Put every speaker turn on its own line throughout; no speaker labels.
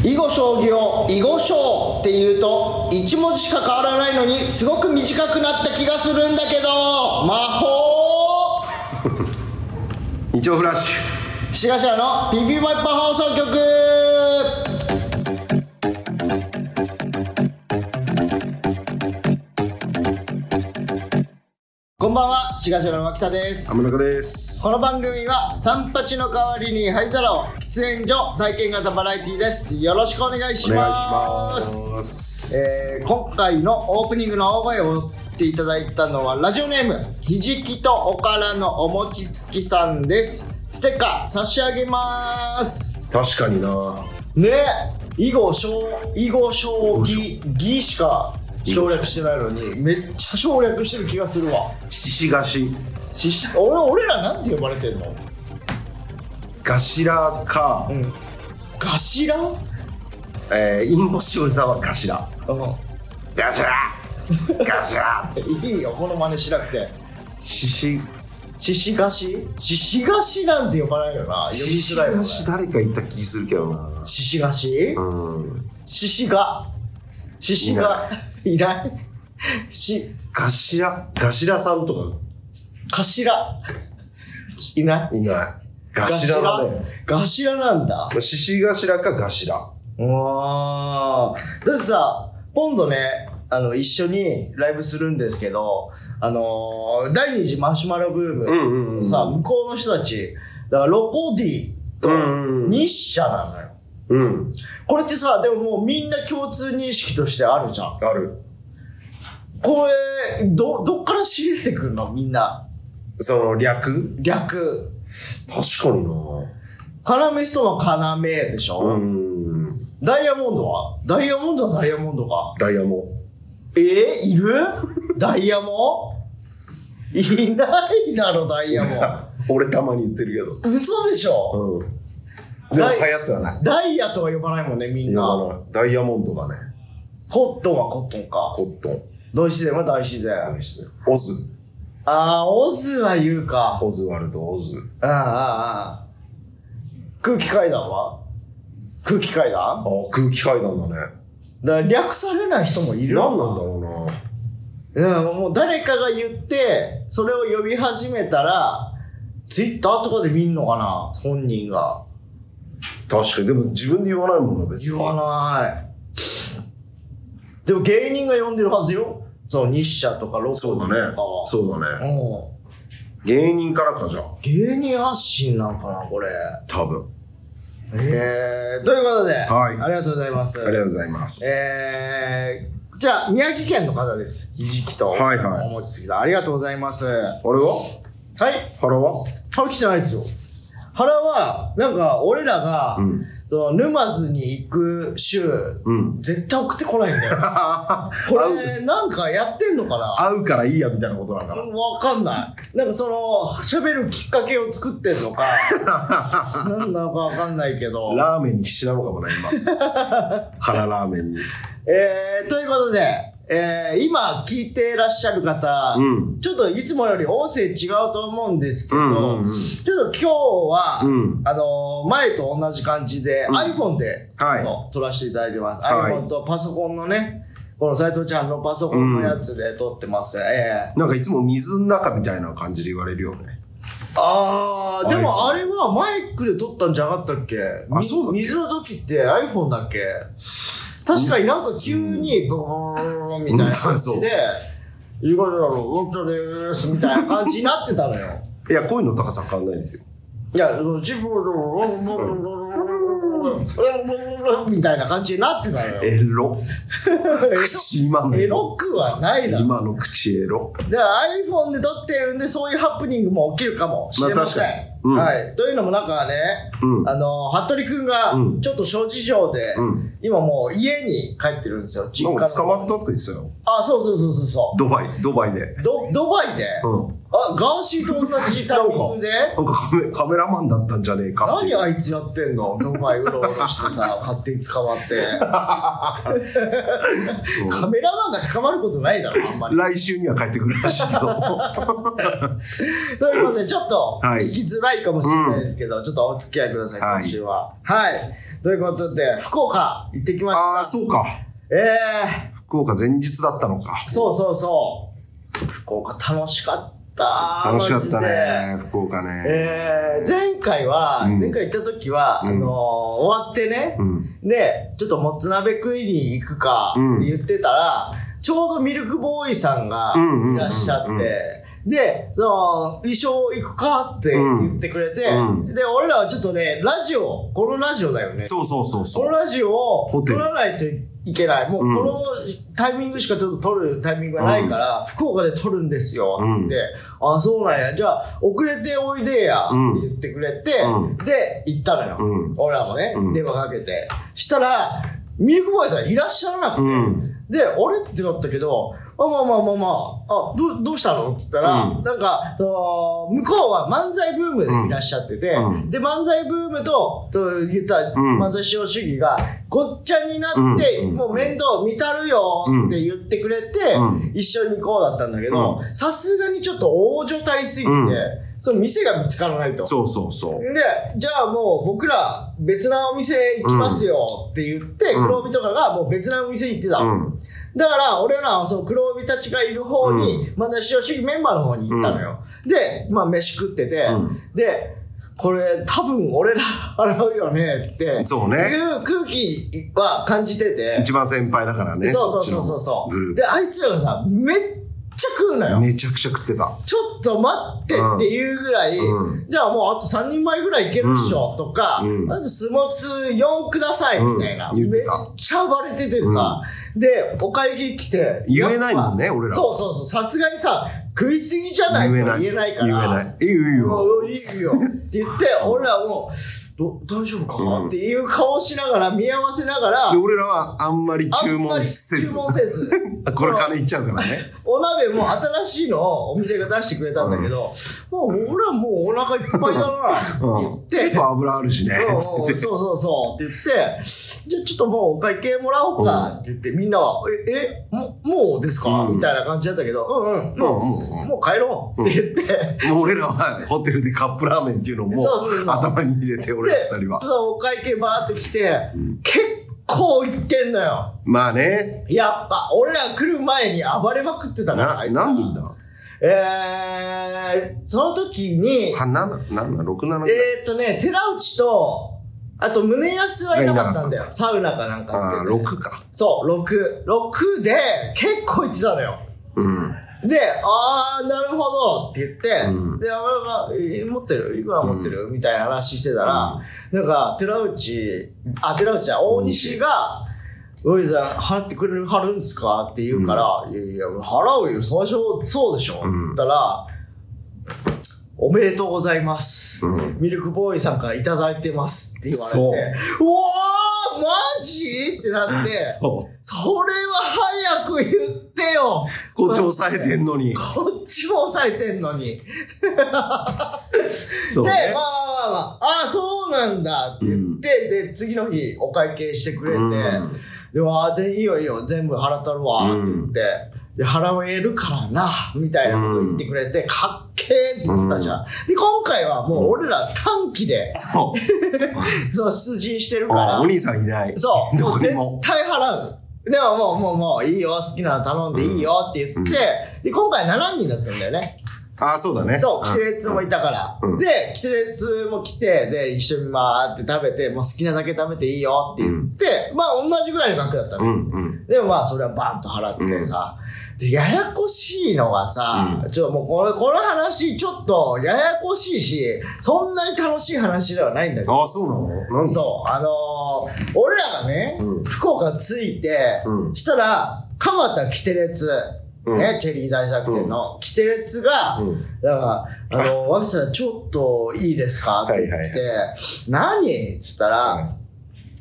囲碁将棋を囲碁将って言うと1文字しか変わらないのにすごく短くなった気がするんだけど魔法
日曜フラッシ
志賀社の PP ワイパー放送局こんばんは志賀社の脇田です
ュ天中です
この番組は三八の代わりに灰皿を喫煙所体験型バラエティですよろしくお願いし
お願い
ます
します
えー今回のオープニングの大声を打っていただいたのはラジオネームひじきとおからのお餅つきさんですステッカー差し上げます
確かにな
ね囲碁将囲碁将棋儀しか省略してないのにめっちゃ省略してる気がするわ
獅子菓子
しし俺俺らなんて呼ばれてんの
頭か、
頭
えー、インボシおじさんは頭
う
頭頭
ん、いいよこの真似しなくて
獅子
獅子菓子獅子菓子なんて呼ばないよな呼びづらいよね
獅子菓子誰か言った気するけどな
獅子菓子
うん
獅子が獅子がいないし
頭頭さんと
頭いない
かいない頭だね
頭なんだ
獅子頭か頭
うわーだってさ今度ねあの一緒にライブするんですけどあのー第二次マシュマロブーム、
んうんうん
さ向こうの人たちだからロコディと
うんうんうん
日社なのよ
うん
これってさでももうみんな共通認識としてあるじゃん
ある
これどどっから仕入れてくるのみんな
その略
略
確かにな
カラメストの要でしょ、
うん
ダイヤモンドはダイヤモンドはダイヤモンドか。
ダイヤモ
えー、いるダイヤモンいないだろ、ダイヤモ
俺たまに言ってるけ
ン。嘘でしょ、
どうんでも
ダイ
流行ってはない
ダイヤとは呼ばないもんね、みん
今
な。
のダイヤモンドだね
コットンはコットンか。
コットン
大自然は大自然。
大自然オズ
あー、オズは言うか。
オズワルドオズ
ああ、ああ。空気階段は空気階
あ
段
空気階段だね
だから略されない人もいる
何なんだろ
うん、もう誰かが言って、それを呼び始めたら、ツイッターとかで見んのかな本人が。
うな確かにでも自分で言わないもんな別に
言わない。でも芸人が呼んでるはずよ。その日社とかロッ
そう
コと
だ
か
ね
は。
そうだね
うん。
芸人からかじゃあ
芸人発信なんかなこれ。
多分
えー、ということで、
はい
ありがとうございます。
ありがとうございます
えー、じゃあ、宮城県の方です。ひじきと。
はいはい
おもちすぎさん。ありがとうございます。は。
俺はい腹は
腹来てないですよ。原は、なんか、俺らが、
ん
その、沼津に行く週、
ん
絶対送ってこないんだ よ。これ、なんかやってんのかな
会うからいいやみたいなことなんかな
うんわかんない。なんかその、喋るきっかけを作ってんの か、なんなのかわかんないけど。
ラーメンに必死なのかもね、今。腹ラーメンに。
えー、ということで、えー、今聞いていらっしゃる方、
うん
ちょっといつもより音声違うと思うんですけど、
うんうんうん
ちょっと今日は、
うん
あのー前と同じ感じで、iPhone で、
はい
ちょっと撮らせていただいてます。
はい
iPhone とパソコンのね、この斉藤ちゃんのパソコンのやつで撮ってます。えー
なんかいつも水の中みたいな感じで言われるよね。
あー、でもあれはマイクで撮ったんじゃなかったっけみ
そうだっけ
水の時って iPhone だっけ確かになんか急にボーンみたいな感じ
うん
で、いかがだろう、本当でーすみたいな感じになってたの よ。
いや、声の高さ変わんないです よ。
いや、その自分の、みたいな感じになってたのよ。
エロ。 口今の
エロくはないだろ。
今の口エロ。
で iPhone で撮ってるんで、そういうハプニングも起きるかもしれません。
まあ確かにうん
はい。というのもなんかね、
うん
あの、服部くんが
う、ん
ちょっと諸事情で、
うん
今もう家に帰ってるんですよ、実
な
家
ん
の。
か捕まったって言ってたよ。
あ、そうそうそうそうそ
ドバイ、ドバイで。
う。ド、ドバイで、
うん。
あ、ガーシーと同じタイミ ングで、
なんかカメカメラマンだったんじゃねえかってい
何
う。
あいつやってんのドバイうろうろして さ、勝手に捕まって。カメラマンが捕まることないだろ、あんまり。
来週には帰ってくるらしい けど。
ということで、ちょっと
はい
聞きづらいかもしれないですけど、ちょっとお付き合いください、
はい
今週は。はい。ということで、福岡行ってきま
ああ、
した。
そうか。
ええ
福岡前日だったのか。
そうそうそう。福岡楽しかった。
楽しかっ
マジで
たね、福岡ね。
えー前回は、
うん
前回行った時は、
うん
あのー終わってね、
うん。
で、ちょっともつ鍋食いに行くか
うん
って言ってたら、ちょうどミルクボーイさんが
うんうんうんうん
いらっしゃって、で、その、衣装行くかって言ってくれて、
うん
で、俺らはちょっとね、ラジオ、このラジオだよね。
そうそうそうそ
この
う。
ラジオを
ホテ
撮
ル
らないといけない。もううんこのタイミングしかちょっと撮るタイミングがないから、福岡で撮るんですよって言って、あ、そうなんや。じゃあ、遅れておいでやって
うん
言ってくれて、
うん
で、行ったのよ。
うん
俺らもね、
うん
電話かけて。したら、ミルクボーイさんいらっしゃらなくて、
うん
で、あれってなったけど、あ、まあまあまあまあ、あ、どどうしたのって言ったら、
うん
なんか、その、向こうは漫才ブームでいらっしゃってて、
うん
で、漫才ブームと、と言ったら
うん
漫才資本主義が、ごっちゃになって、
うん
もう面倒見たるよって言ってくれて、
うん
一緒に行こうだったんだけど、
う
さすがにちょっと大所帯すぎて、
うん
その店が見つからないと。
そうそうそう。
で、じゃあもう僕ら別なお店行きますよって言って、
うん
黒帯とかがもう別なお店に行ってた。
うん。
だから、俺らはその黒帯たちがいる方に、まだ主義メンバーの方に行ったのよ。で、まあ飯食ってて、
うん
で、これ多分俺ら払うよねって、
そうね
いう空気は感じてて、
一番先輩だからね。
そうそうそうそうそう
っちのグループ
で、あいつらがさ、めっちゃ食うのよ。
めちゃくちゃ食ってた。
ちょっと待ってっていうぐらい、
う
じゃあもうあと3人前ぐらいいけるっしょ、とか、
うん
まずスモツ4くださいみたいな、
うん言っ
めって
た
ちゃ暴れててさ、で、お会議来て。
言えないもんね
やっぱ
俺ら
そうそうそう、さすがにさ、食いすぎじゃないと言えないから。
言えない。言えないいい
も
よ。
ういいよって言って、俺らも、ど大丈夫か、
うん
っていう顔しながら、見合わせながら、
で、俺らはあんまり
あ
注
んま
文
り
せ
注
ず。
文せず。
あ これ金いっちゃうからね。
お鍋も新しいのをお店が出してくれたんだけど、もう俺はもうお腹いっぱいだな
う
っ
ん。
て言っ
結
て、
構油あるしね。
うんうんそうそうそうって言って、じゃあちょっともうお会計もらおうかって言って、みんなは、え、え、ももうですか、
うん
みたいな感じだったけど、 うんうん、
うん
も
うん
う
うん
もう帰ろうって言って、
もう俺らはホテルでカップラーメンっていうのをもう
そうそうそう
頭に入れて俺
で
ら二人は、
そうお会計バーって来て、結構行ってんのよ。
まあね
やっぱ、俺ら来る前に暴れまくってたから、あ
ない
つら
何人だ
えー、その時に、
はななんだ67ぐらい、
えーっとね、寺内と、あと、宗安はいなかったんだよ。サウナかなんか行
あ
っ
あ
てて、
6か
そう、6。6で、結構行ってたのよ。
うん
で、あー、なるほどって言って、
うん
で、俺が、えー持ってるいくら持ってる、みたいな話してたら、なんか、寺内、あ、寺内じゃない大西が、ロイさん、払ってくれる、払うんですかって言うから、いやいや、払うよ、最初、そうでしょ、
うん
って言ったら、おめでとうございます、
うん
ミルクボーイさんからいただいてますって言われて、
そう
うおーマジってなって、
そう
それは早く言ってよ
こっち抑えてんのに
こっちも抑えてんのに。
そうね
で、まあまあまあまあ、ああ、そうなんだって言って、で、次の日お会計してくれて、
うん
で、わあ、でいいよいいよ、全部払ったるわ、って言って、で、払えるからな、みたいなこと言ってくれて、かっけーって言ってたじゃん。で、今回はもう俺ら短期で、
そう
そう、出陣してるから、
あお兄さんいない
そう。
ど
も
こ
う
に
絶
も
対払う。でももう、もう、もう、いいよ、好きなの頼んでいいよって言って、で、今回7人だったんだよね。
ああそうだね
そう、キテ
ん
レツもいたから。
うん
で、キテレツも来て、で、一緒にまーって食べて、もう好きなだけ食べていいよって言って、まあ同じぐらいの額だったの。
うんうん
でもまあそれはバンと払ってさ、でややこしいのがさ、ちょっともうこのこの話ちょっとややこしいし、そんなに楽しい話ではないんだけど。
ああそうなのなんだ
そう、あのー俺らがね、
うん
福岡着いて、
うん
したら、蒲田キテレツ、
うん
ね、チェリー大作戦のキテレツが、
うん
だから、あのー、脇さん、ちょっといいですかって言って、
はいはい
何っつったら、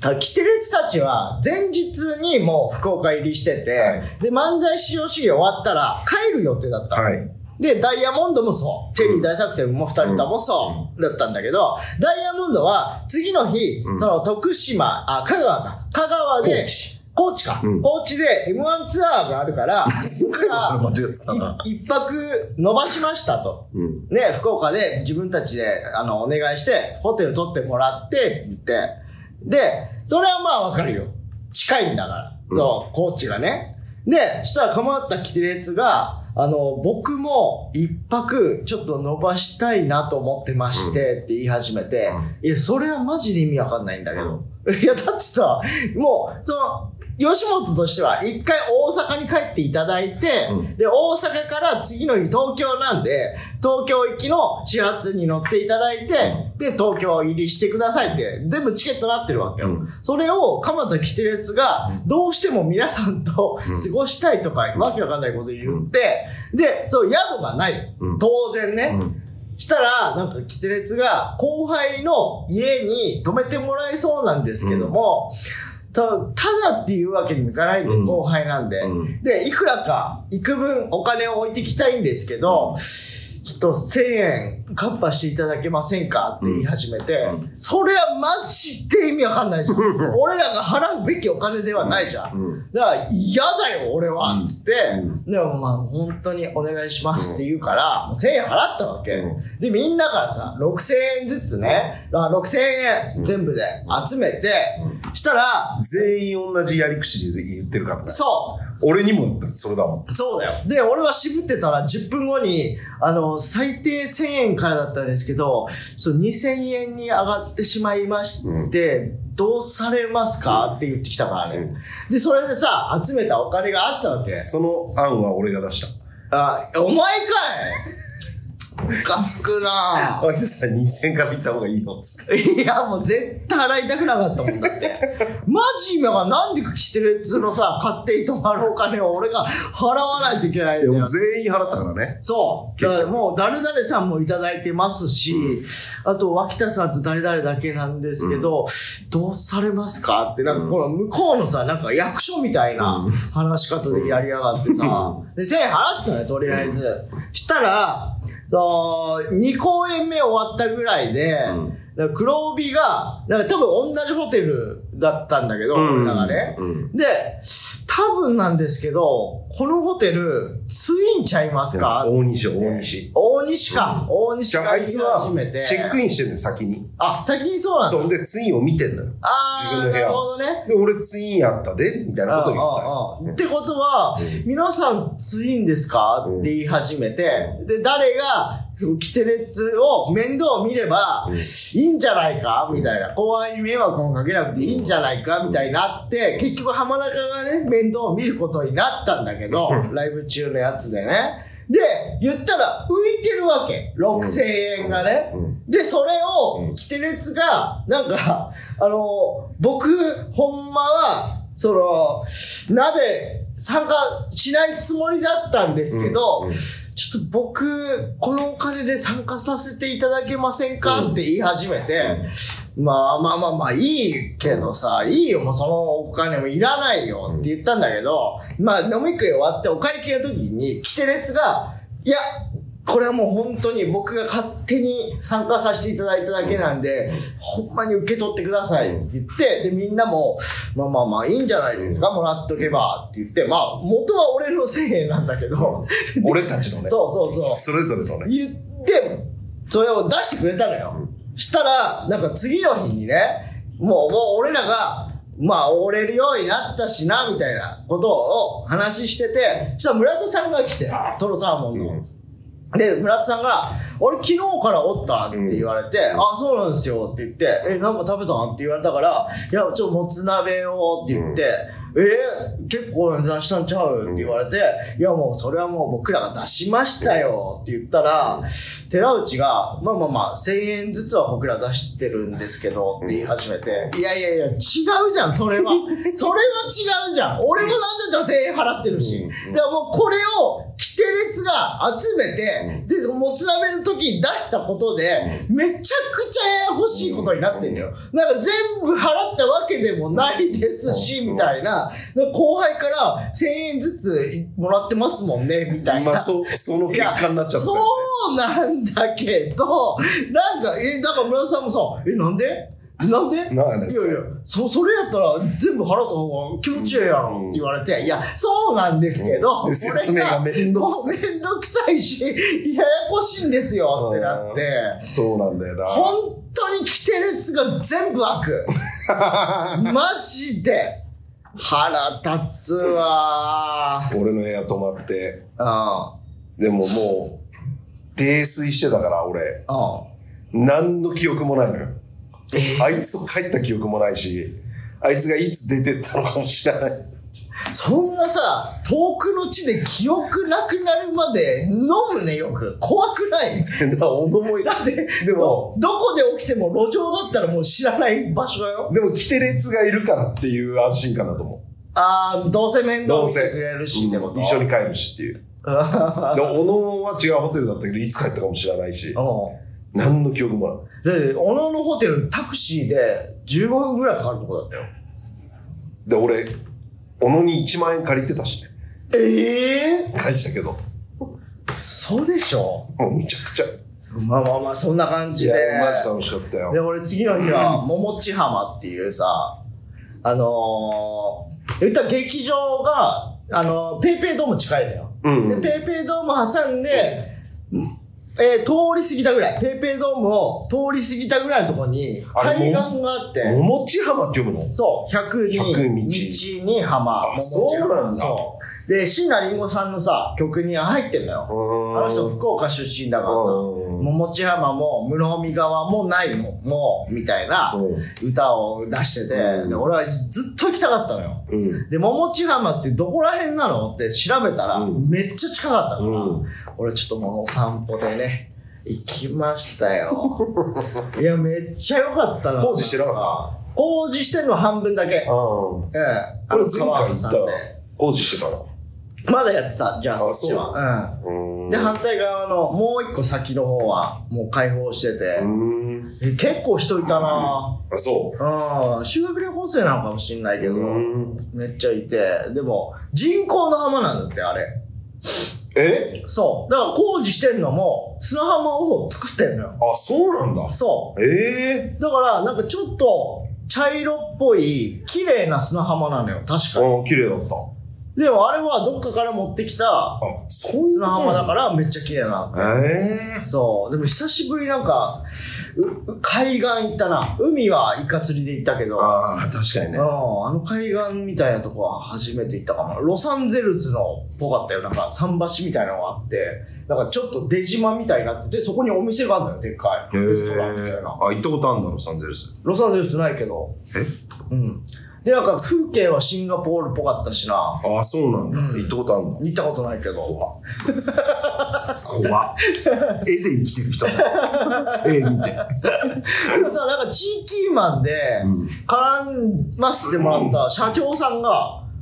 あキテレツたちは前日にもう福岡入りしてて、
はい
で、漫才使用主義終わったら帰る予定だったの。
はい
で、ダイヤモンドもそう。チェリー大作戦も二人ともそう。だったんだけど、ダイヤモンドは次の日、その徳島、あ、香川か。香川で
高知、
高知高知か。
うん
高知で M1 ツアーがあるから、 僕ら
間違ってたな。
い一泊伸ばしましたと。
うん。
ね、福岡で自分たちで、あの、お願いして、ホテル取ってもらって、って言って。で、それはまあわかるよ。近いんだから。そう、高知がね。で、そしたら、かまったキテレツが、あの、僕も一泊ちょっと伸ばしたいなと思ってまして、って言い始めて、いや、それはマジで意味わかんないん だけど。いや、だってさ、もう、その、吉本としては、一回大阪に帰っていただいて、
うん
で、大阪から次の日東京なんで、東京行きの始発に乗っていただいて、で、東京入りしてくださいって、全部チケットなってるわけよ。
うん
それを、鎌田キテレツが、どうしても皆さんと過ごしたいとか、わけわかんないこと言って、で、そう、宿がない。
うん
当然ね。
うん
したら、なんか、キテレツが、後輩の家に泊めてもらえそうなんですけども、たただっていうわけにもいかないんで、
うん
後輩なんで、
うん
で、いくらか、幾分お金を置いてきたいんですけど、ちょっと1000円、カッパしていただけませんかって言い始めて、それはマジで意味わかんないじゃん。俺らが払うべきお金ではないじゃん。
うん
だから、嫌だよ、俺は、つって、
う
でもまあ、本当にお願いしますって言うから、もう1000円払ったわけ。
う
で、みんなからさ、6000円ずつね、あ6000円全部で集めて、したら、
全員同じやり口で言ってるからね。
そう、
俺にもそれだもん。
そうだよ。で、俺は渋ってたら10分後に、あの、最低1000円からだったんですけど、そう2000円に上がってしまいまして、どうされますかって言ってきたからね、で、それでさ、集めたお金があったわけ。
その案は俺が出した。
あ、お前かいムカつくなぁ。
脇田さん2000円から行った方がいいよっつって。
いや、もう絶対払いたくなかったもんだって。マジ今がなんでキテレツのさ、勝手に泊まるお金を俺が払わないといけないんだよ。
全員払ったからね。
そう。だからもう、誰々さんもいただいてますし、あと、脇田さんと誰々だけなんですけど、どうされますかって、なんか、この向こうのさ、なんか役所みたいな話し方でやりやがってさ、で、1000円払ったのよ、とりあえず。したら、2公演目終わったぐらいで、だから黒帯が、なんか多分同じホテルだったんだけど、
うん
俺らがね。
うん
で、多分なんですけど、このホテル、ツインちゃいますか
大西、大西。
大西か、大西
じゃ
か
あ、あいつは
初めて。
チェック
イン。
インしてんのよ、先に。
あ、先にそうなんだ。
そんで、ツインを見てんのよ。自
あー、な
分の部
る
屋
ほどね。
で、俺ツインやったで、みたいなことを言ったよ。
うんうんうんってことは、皆さんツインですかって言い始めて、で、誰が、キテレツを面倒見ればいいんじゃないかみたいな。後輩に迷惑をかけなくていいんじゃないかみたいになって、結局浜中がね、面倒を見ることになったんだけど、ライブ中のやつでね。で、言ったら浮いてるわけ。6000円がね。で、それを、キテレツが、なんか、あの、僕、ほんまは、その、鍋、参加しないつもりだったんですけど、ちょっと僕、このお金で参加させていただけませんかって言い始めて、まあまあまあまあ、いいけどさ、いいよ、もうそのお金もいらないよって言ったんだけど、まあ飲み食い終わってお会計の時に、キテレツが、いや、これはもう本当に僕が勝手に参加させていただいただけなんで、ほんまに受け取ってくださいって言って、で、みんなも、まあまあまあ、いいんじゃないですか、もらっとけばって言って、まあ、元は俺の1000円なんだけど、
俺たちのね、
そうそうそう。
それぞれのね。
言って、それを出してくれたのよ。したら、なんか次の日にね、もう、もう俺らが、まあ、折れるようになったしな、みたいなことを話してて、そしたら村田さんが来て、トロサーモンの。で、村田さんが、俺昨日からおったって言われて、あ、そうなんですよって言って、え、なんか食べたんって言われたから、いや、ちょ、もつ鍋をって言って、えー結構出したんちゃうって言われて、いや、もうそれはもう僕らが出しましたよって言ったら、寺内が、まあまあまあ、1000円ずつは僕ら出してるんですけどって言い始めて、いやいやいや、違うじゃん、それは。それは違うじゃん。俺もなんだったら1000円払ってるし。だからもうこれを、規定列が集めて、で、もつ鍋の時に出したことで、めちゃくちゃややこしいことになってんだよ。なんか全部払ったわけでもないですし、みたいな。だから後輩から1000円ずつもらってますもんね、みたいな。
まあ、そう、その
い
結
や
果になっちゃったよね。
そうなんだけど、なんか、え、だから村田さんもさ、え、なんでなんで
なんやねん
い
そ
や
れ
いや、そ、それやったら全部払った方が気持ちいいやろって言われて、いや、そうなんですけど、
うん
俺
で説明がめんどくさ
もうめんどくさいし、ややこしいんですよってなって、
そうなんだよな。
本当に着てるやつが全部悪。マジで。腹立つわ
俺の部屋泊まって。
ー。
でももう、泥酔してたから俺、
うん。うん。
何の記憶もないのよ。
え
あいつと帰った記憶もないし、あいつがいつ出てったのかも知らない。
そんなさ、遠くの地で記憶なくなるまで飲むね、よく。怖くない
な思い。
だって、
で
ど
も、
どこで起きても路上だったらもう知らない場所よ。
でも来てる奴がいるからっていう安心感だと思う。
ああ、どうせ面倒
どう
見て
せ。
くれるしってこと。
うん一緒に帰るしっていう。で、おのは違うホテルだったけど、いつ帰ったかも知らないし、
う
何の記憶もない。
ん。だって、小野のホテル、タクシーで15分ぐらいかかるとこだったよ。
で、俺、小野に1万円借りてたしね。
ええ
返したけど。
そうでしょ
もうむちゃくちゃ。
まあまあまあ、そんな感
い
じで
や。、マジ楽しかったよ
で、。俺次の日は、桃地浜っていうさ、あのー、言ったら劇場が、あのー、ペイペイドーム近いのよ。
うん
で、ペイペイドーム挟んで、えー通り過ぎたぐらい、ペイペイドームを通り過ぎたぐらいのところに、
あ
海
れ
岸があって、
桃地浜って読むの
そう、100に、
百
道
に
に浜。
あそうなんだ
そう。で、椎名林檎さんのさ、曲に入ってんのよ。
うーん
あの人福岡出身だからさ、
うん
もう持浜も室見川もないもん、もう、みたいな
う
歌を出してて、
うん
で俺はずっと行きたかったのよ。
うん。
で、桃地浜ってどこら辺なのって調べたら、
うん
めっちゃ近かったから、
うん
俺ちょっともうお散歩でね、行きました よ。いや、めっちゃ良かったな。
工事してなかっ
工事してんの半分だけ。
たうん。
ええ、
俺前回
川
行っ
さん
た
で。
工事してたな。
まだやってた、じゃあ
あ
そっち
そう
は。うん。
うーん。
で、反対側のもう一個先の方は、もう開放してて、
うーん。
え結構人いたな
あ、そう。
うん、修学旅行生なのかもしんないけど、
うん
めっちゃいて、でも、人工の浜なんだって、あれ。
え
そう。だから工事してんのも、砂浜を作ってんのよ。
あ、そうなんだ。
そ
ええ
う。だから、なんかちょっと、茶色っぽい、綺麗な砂浜なのよ、確かに。
あ、綺麗だった。あ、
でも、あれはどっかから持ってきた
そういう
砂浜だ
こ
から、めっちゃ綺麗な
となんだ。ええ
そう。でも久しぶりなんか、う海岸行ったな。海はイカ釣りで行ったけど、うん
ああ、確かにね。
あの海岸みたいなとこは初めて行ったかも。ロサンゼルスのっぽかったよ。なんか桟橋みたいなのがあって、なんかちょっと出島みたいになってて、そこにお店があるのよ、でっかい。
へえ
レストランみたいな。
あ、行ったことあるんだ、ロサンゼルス。
ロサンゼルスないけど。
え
うん。で、なんか風景はシンガポールっぽかったしな。
ああ、そうなんだ。行ったことあるんだ。
行ったことないけど。
怖っ。絵で生きてる人だ。絵見て。
でもさ、なんか地域マンで絡ませてもらった社長さんが、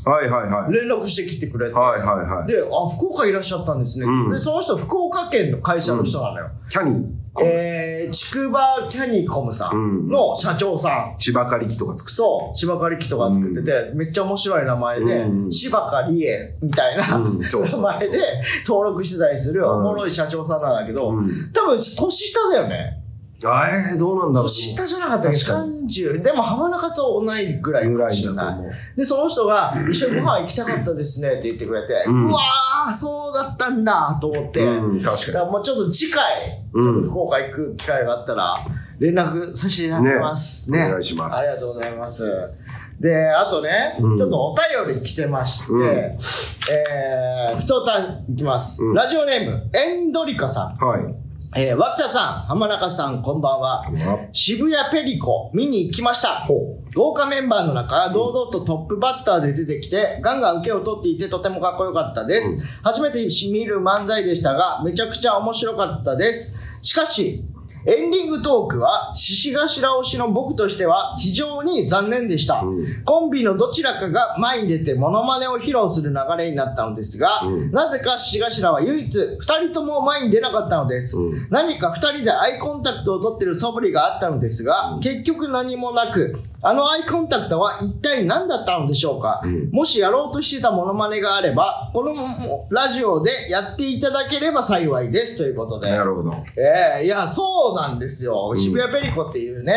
はいはいはい。
連絡してきてくれて、
はいはいはい。
で、あ、福岡いらっしゃったんですね。
うん
で、その人、福岡県の会社の人なのよ。
キャニー、
えー、ちくばキャニコムさんの社長さん。
芝刈り機とか作っ
そう、芝刈り機とか作ってて、めっちゃ面白い名前で、
うん
芝刈りえみたいな、
うんそうそうそう
名前で登録してたりする、
ん
おもろい社長さんなんだけど、
うん
多分年下だよね。
て。あえー、どうなんだろう。
年下じゃなかったっけ
確かに
?30。でも浜中と同いぐらいか
ぐ
も
ら
し
い
れ
だ
ない
と。思う。
で、その人が、一緒にご飯行きたかったですねって言ってくれて、う
うん
わー、そうだったんだと思って、
うん確かに
だらもうちょっと次回、ちょっと福岡行く機会があったら、連絡させていただきます。ね。
ねお願いします
ありがとうございます。で、あとね、
うん
ちょっとお便り来てまして、
うん
えー、ふとたいきます、
うん
ラジオネーム、エンドリカさん。
はい。
えー、脇田さん、浜中さん、こんばんは
こんばんは。
渋谷ペリコ、見に行きました
ほ。
豪華メンバーの中、堂々とトップバッターで出てきて、ガンガン受けを取っていてとてもかっこよかったです。初めて見る漫才でしたが、めちゃくちゃ面白かったです。しかし、エンディングトークは、獅子頭推しの僕としては非常に残念でした。
うん
コンビのどちらかが前に出てモノマネを披露する流れになったのですが、
うん
なぜか獅子頭は唯一2人とも前に出なかったのです。
うん
何か2人でアイコンタクトを取ってる素振りがあったのですが、結局何もなく、あのアイコンタクトは一体何だったのでしょうか、
ん
もしやろうとしてたモノマネがあれば、このラジオでやっていただければ幸いです。ということで。
なるほど。
ええいや、そうなんですよ。渋谷ペリコっていうね、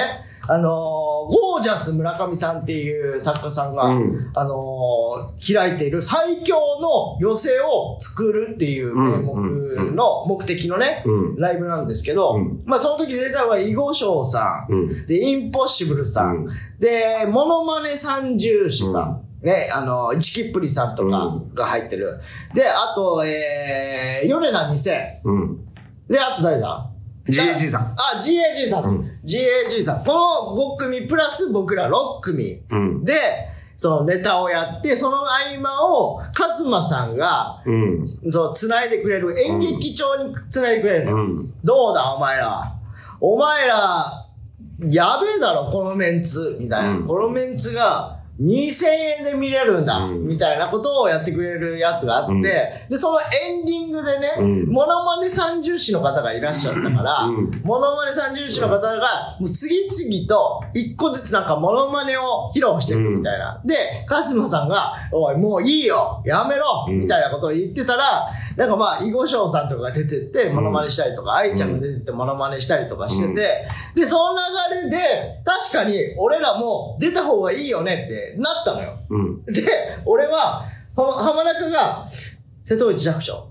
あのーゴージャス村上さんっていう作家さんが、
うん
あのー開いている最強の寄席を作るっていう名目の目的のね、
うん
ライブなんですけど、
うん
まあその時出たのが囲碁将さん、
うん
で、インポッシブルさん、
うん
で、モノマネ三重師さん、ね、あの、一きっぷりさんとかが入ってる。で、あと、えー、ヨネナ2000。
うん。
で、あと誰だ
GAG さん。
あ、GAG さん。
うん
GAG さん。この5組プラス僕ら6組。
うん。
で、そのネタをやって、その合間を、カズマさんが、
うん。
そう、繋いでくれる。演劇帳に繋いでくれるのよ。
うん
どうだ、お前ら。お前ら、やべえだろ、このメンツ。みたいな。
うん
このメンツが、2000円で見れるんだ、
うん
みたいなことをやってくれるやつがあって、
うん
で、そのエンディングでね、
うん
モノマネ三重師の方がいらっしゃったから、
うん
モノマネ三重師の方が、もう次々と一個ずつなんかモノマネを披露してるみたいな。で、カスマさんが、おい、もういいよやめろ
うん
みたいなことを言ってたら、なんかまあ、囲碁将さんとかが出てって、モノマネしたりとか、愛ちゃんが出てってモノマネしたりとかしてて、
うん
で、その流れで、確かに俺らも出た方がいいよねってなったのよ。
うん。
で、俺は、は浜中が、瀬戸内寂聴。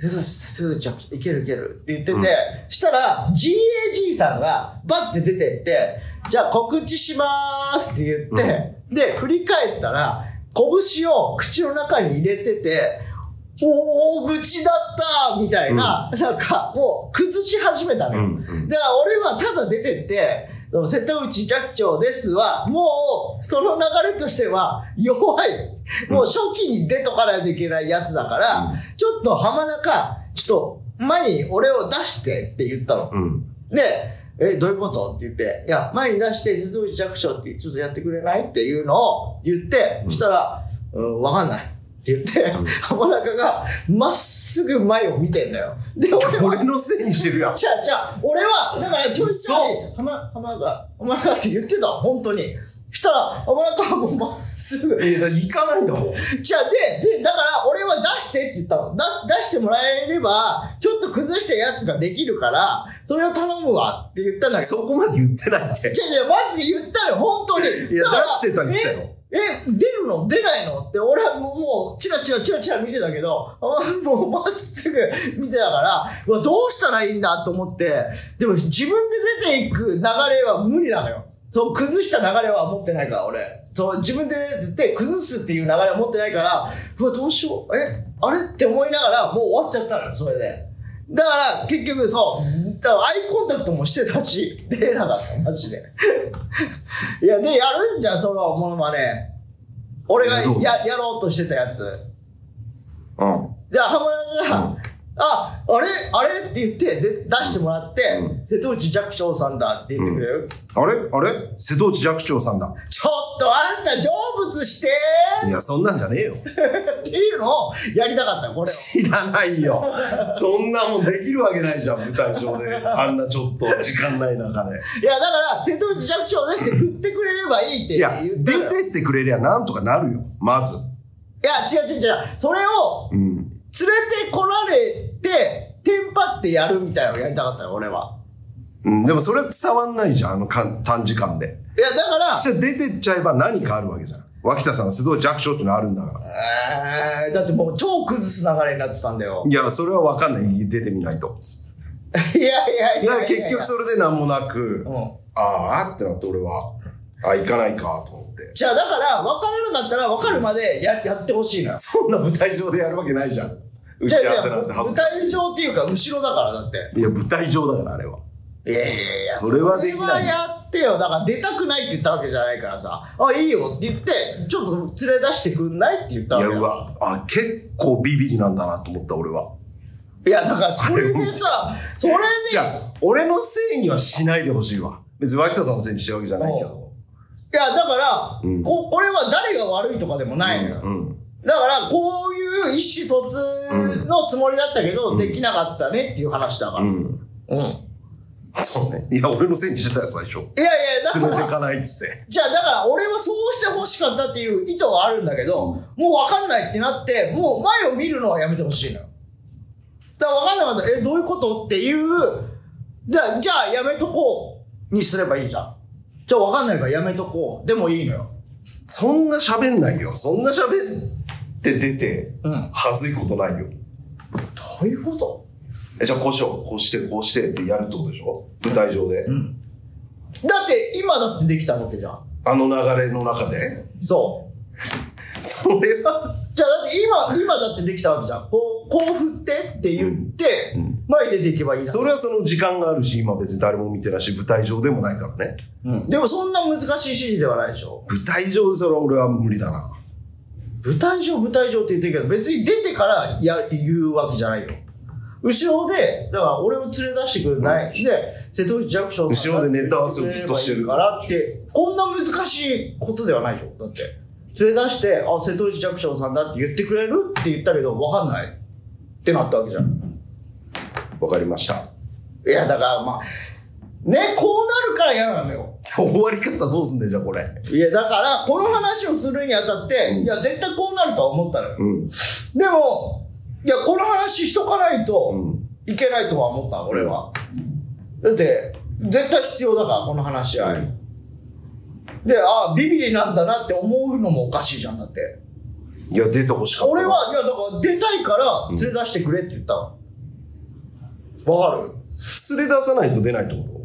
瀬戸内、瀬戸内寂聴。いけるいけるって言ってて、
うん
したら、GAG さんが、バッて出てって、じゃあ告知しまーすって言って、で、振り返ったら、拳を口の中に入れてて、おー、口だったみたいな、なんか、もう、崩し始めたのよ。
うんうん
だから俺はただ出てって、その瀬戸内寂聴ですは、もう、その流れとしては、弱い。もう初期に出とかないといけないやつだから、ちょっと浜中、ちょっと前に俺を出してって言ったの。
うん。
で、え、どういうことって言って、いや、前に出して、瀬戸内寂聴って、ちょっとやってくれないっていうのを言って、したら、うん、わかんない。って言って、浜中が、まっすぐ前を見てんだよ。で、俺は
俺のせいにしてるやん。
じゃあ、じゃあ、俺は、だから、ちょいちょい、浜、浜が、浜がって言ってた、本当に。したら、浜中はもうまっすぐ。
えー、だから行かないんだもん。
じゃあ、で、で、だから、俺は出してって言ったの。出す、出してもらえれば、ちょっと崩したやつができるから、それを頼むわって言ったんだけど。
そこまで言ってないって。
じゃあ、じゃあ、マジで言ったのよ、本当に。
いや
だから
出してたりしたよ。
え、え出るの出ないのって、俺はもう、もう、チラチラチラチラ見てたけど、あもうまっすぐ見てたから、うわ、どうしたらいいんだと思って、でも自分で出ていく流れは無理なのよ。そう、崩した流れは持ってないから、俺。そう、自分で出てって、崩すっていう流れは持ってないから、うわ、どうしよう。え、あれって思いながら、もう終わっちゃったのよ、それで。だから、結局、そう、だからアイコンタクトもしてたし、出れなかった、マジで。いや、で、やるんじゃん、そのものまね。俺がや
どうぞ
やろうとしてたやつ。
うん。
じゃあ、浜田が、
うん
あ、あれあれって言って、で出してもらって、
う
瀬戸内寂聴さんだって言ってくれる、
あれあれ瀬戸内寂聴さんだ。
ちょっとあんた成仏して
いや、そんなんじゃねえよ。
っていうのをやりたかった、これを。
知らないよ。そんなもんできるわけないじゃん、舞台上で。あんなちょっと時間ない中で。
いや、だから、瀬戸内寂聴ですって振ってくれればいいって言
いや、
っ
出
たのよ
てってくれりゃなんとかなるよ。まず。
いや、違う違う違う。それを
うん。
連れてこられて、テンパってやるみたいなのをやりたかったの、俺は。
うん、でもそれは伝わんないじゃん、あのかん短時間で。
いや、だから、
そしたら出てっちゃえば何かあるわけじゃん。脇田さん、瀬戸内寂聴ってのあるんだから。
えーだってもう超崩す流れになってたんだよ。
いや、それはわかんない。出てみないと。
いやいやい
だ
や
から
いや
結局それで何もなく、
うん
ああってなって俺は、あ行かないかと思って。
じゃあだから、分からなかったら分かるまでややってほしいのよ。
そんな舞台上でやるわけないじゃん。打
じ
ち
ゃあじゃ
合わせなんて
あ、
恥
舞
ずかし
台上っていうか後ろだからだって。
い。いや、舞台上だから、あれは。
いやいやいや、
それはできない
それはやってよ。だから出たくないって言ったわけじゃないからさ、あ、いいよって言って、ちょっと連れ出してくんないって言ったわ
いや、
けよ
うわ、あ、結構ビビりなんだなと思った、俺は。
いや、だからそれでさ、それで、
じゃあ、俺のせいにはしないでほしいわ。別に脇田さんのせいにしてるわけじゃないけど。
いや、だから、
うん
ここれは誰が悪いとかでもないのよ。
うん。
だから、こういう意思疎通のつもりだったけど、できなかったねっていう話だから。
う
うん。
ん。
いや
そうね。いや、俺のせいにしてたよ、最
い
初。
や、だか
連れて
ら、
かないっつって。
じゃあ、だから俺はそうしてほしかったっていう意図はあるんだけど、もうわかんないってなって、もう前を見るのはやめてほしいのよ。だからわかんなかった。え、どういうことっていう、だじゃあやめとこうにすればいいじゃん。じゃあ分かんないからやめとこう。でもいいのよ。
そんな喋んないよ。そんな喋って出て、
うん
はずいことないよ。
どういうこと
え、じゃあこうしよう。こうして、こうしてってやるってことでしょ舞台上で。
だって今だってできたわけじゃん。
あの流れの中で。
そう。
それは、
じゃあ、だって今、今だってできたわけじゃん。こう、こう振ってって言って、前に出ていけばいいな。
それはその時間があるし、今別に誰も見てないし、舞台上でもないからね。
うんでもそんな難しい指示ではないでしょ。
舞台上でそれは俺は無理だな。
舞台上、舞台上って言ってるけど、別に出てからや、言うわけじゃないよ。後ろで、だから俺を連れ出してくれない。で、瀬戸内ジャクションさんが
後ろでネタ合わせをずっとしてる
からって、こんな難しいことではないよ。だって。連れ出して、あ、瀬戸内ジャクションさんだって言ってくれるって言ったけど、わかんない。ってなったわけじゃん。
わかりました。
いや、だからまあ、ね、こうなるから嫌なのよ。
終わり方どうすんねんじゃあこれ。
いや、だから、この話をするにあたって、いや、絶対こうなるとは思ったのよ。
うん。
でも、いや、この話しとかないと
うん
いけないとは思った、俺は。だって、絶対必要だから、この話し合い。で、あビビリなんだなって思うのもおかしいじゃん、だって。
いや、出てほしかったな。
俺は、いや、だから出たいから連れ出してくれって言ったの。わかる
連れ出さないと出ないってこと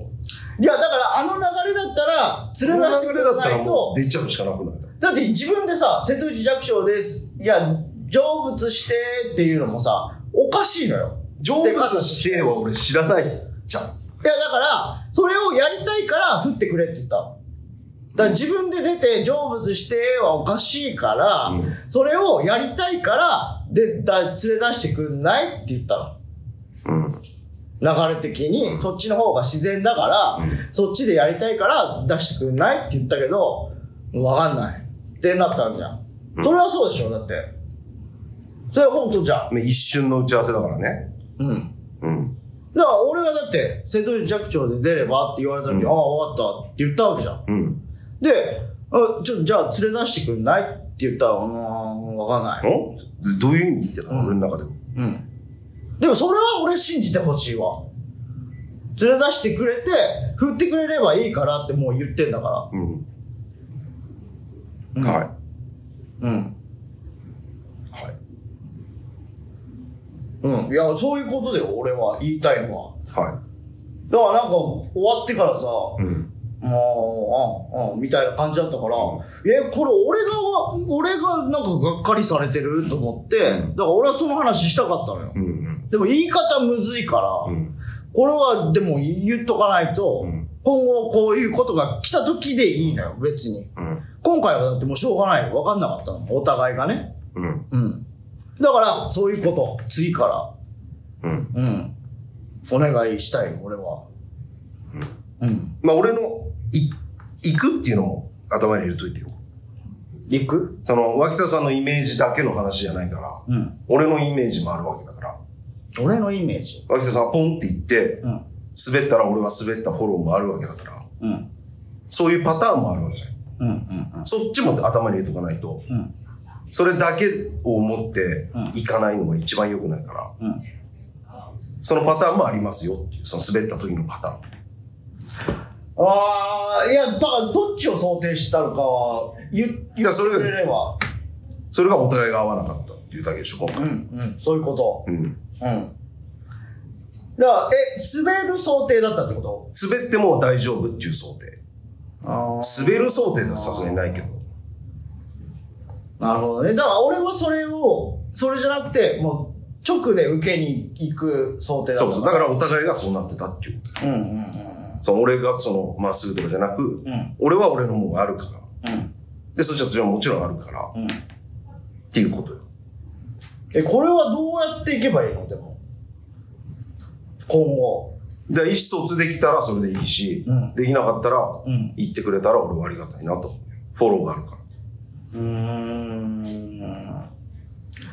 いや、だからあの流れだったら、連れ出してくれ
だった
な
ら
い
も
と
う、出ちゃうしかなくなる。
だって自分でさ、瀬戸内弱小です。いや、成仏してっていうのもさ、おかしいのよ。
成仏しては俺知らないじゃん。
いや、だから、それをやりたいから振ってくれって言ったの。だから自分で出て成仏してはおかしいから、それをやりたいから、で、だ、連れ出してくんないって言ったの。
うん。
流れ的に、そっちの方が自然だから、そっちでやりたいから出してくんないって言ったけど、わかんない。ってなったんじゃん。それはそうでしょ、だって。それは本当じゃん。
一瞬の打ち合わせだからね。
うん。
うん。
だから俺はだって、瀬戸内寂聴で出ればって言われた時に、
うん
ああ、わかったって言ったわけじゃん。
うん。
で、あちょっとじゃあ連れ出してくんないって言ったら、うーん、わかんない。
おどういう意味ってなの、俺の中でも。
うん。でもそれは俺信じてほしいわ。連れ出してくれて、振ってくれればいいからってもう言ってんだから。
うん。はい。
うん。
はい。
うん。いや、そういうことだよ、俺は言いたいのは。
は
だからなんか、終わってからさ、
い。うん。
もう、うん、うん、みたいな感じだったから、え、これ俺が、俺がなんかがっかりされてると思って、だから俺はその話したかったのよ。
うん。
でも言い方むずいから、
ん
これはでも言っとかないと、
ん
今後こういうことが来た時でいいのよ、別に。
うん。
今回はだってもうしょうがないよ。わかんなかったの。お互いがね。
うん。
うん。だから、そういうこと、次から。
うん。
うん。お願いしたい、俺は。うん。
まあ俺の、い、行くっていうのも頭に入れといてよ。
行く
その、脇田さんのイメージだけの話じゃないから、
うん。
俺のイメージもあるわけだから、
俺のイメージ。
脇田さんはポンって行って、
うん。
滑ったら俺は滑ったフォローもあるわけだか
う
ら、
ん。
そういうパターンもあるわけだよ。
うん。うん。
そっちも頭に入れとかないと、
うん。
それだけを思って
うん
行かないのが一番良くないから、
うん。
そのパターンもありますよっていう、その滑った時のパターン。
ああ、いや、だから、どっちを想定してたのかは、言っ
い
言
や
って
それ
くれれば。
それがお互いが合わなかったっていうだけでしょ、今
う
回。
ん。うん。そういうこと。
うん。
うん。だから、え、滑る想定だったってこと
滑っても大丈夫っていう想定。
ああ。
滑る想定ではさすがにないけど。
なるほどね。だから俺はそれを、それじゃなくて、もう直で受けに行く想定だった
そうそう。だからお互いがそうなってたっていうことよ
うんうんうん
その俺がそのまっすぐとかじゃなく、
ん
俺は俺のもんがあるから。
うん
で、そっちはそれはもちろんあるから。
うん。
っていうことよ。
え、これはどうやっていけばいいのでも。今後。
で、意思疎通できたらそれでいいし、
うん
できなかったら、
ん
言ってくれたら俺はありがたいなと思うよ。フォローがあるから。
うーん。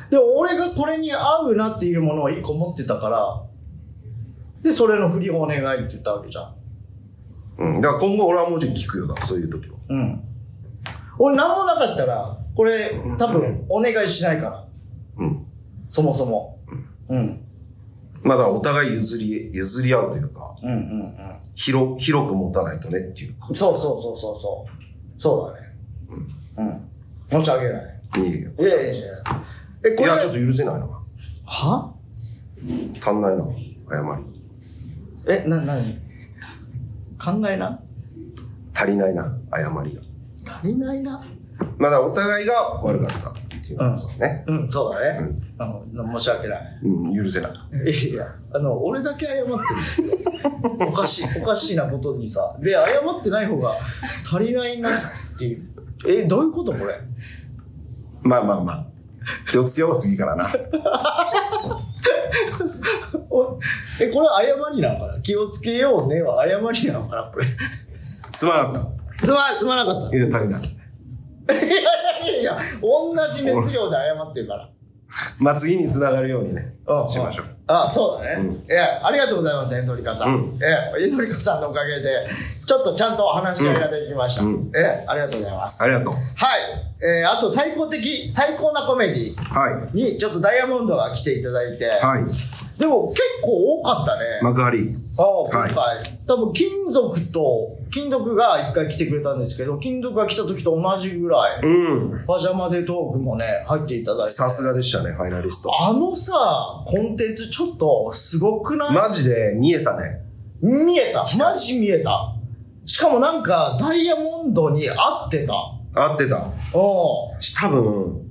でも俺がこれに合うなっていうものを一個持ってたから、で、それの振りをお願いって言ったわけじゃん。
うん。だから今後俺はもうちょい聞くよだ、そういう時は。
うん。俺何もなかったら、これ多分お願いしないから。
うん。
そもそも。うん。
まあだからお互い譲り、譲り合うというか、
うんうんうん。
広、広く持たないとねっていうか。
そうそうそうそうそう。そうだね。うん。持ち上げない。
いやいや
いやいやいや。え、
い
これ、
や、ちょ
は
っと許せないな。足んないな、謝り。
え、な、なに考えな
足りないな、謝りが。
足りないな。
まあだからお互いが悪かったっていうかさね。
うん、そうだね。うん、申し訳ない。
うん、許せない。
いや、あの、俺だけ謝ってるんだよ。おかしい、 おかしいなことにさ。で、謝ってない方が足りないなっていう。え、どういうことこれ。
まあまあまあ。気をつけよう、次からな。
おえ、これ謝りなのかな気をつけようねは謝りなのかな これ。
すまなかっ。
すま、すまなかった
いや、足りない。
た。 いやいやいや、同じ熱量で謝ってるから。
まあ次につながるようにね
う。ん
しましょう。
あ、そうだね。
うん
いや、ありがとうございます、エンドリカさん。
う
え、エンドリカさんのおかげで、ちょっとちゃんと話し合いができました。
うんうん
え、ありがとうございます。
ありがとう。
はい。えーあと最高的、最高なコメディ
はい。
に、ちょっとダイヤモンドが来ていただいて、
はい。
でも結構多かったね。
幕張。
ああ、今
はい
回、多分金属と、金属が一回来てくれたんですけど、金属が来た時と同じぐらい、
うん。
パジャマでトークもね、入っていただいて。
さすがでしたね、ファイナリスト。
あのさ、コンテンツちょっと、すごくない、
マジで見えたね。
見えた。マジ見えた。しかもなんか、ダイヤモンドに合ってた。
合ってた。
お
し多分、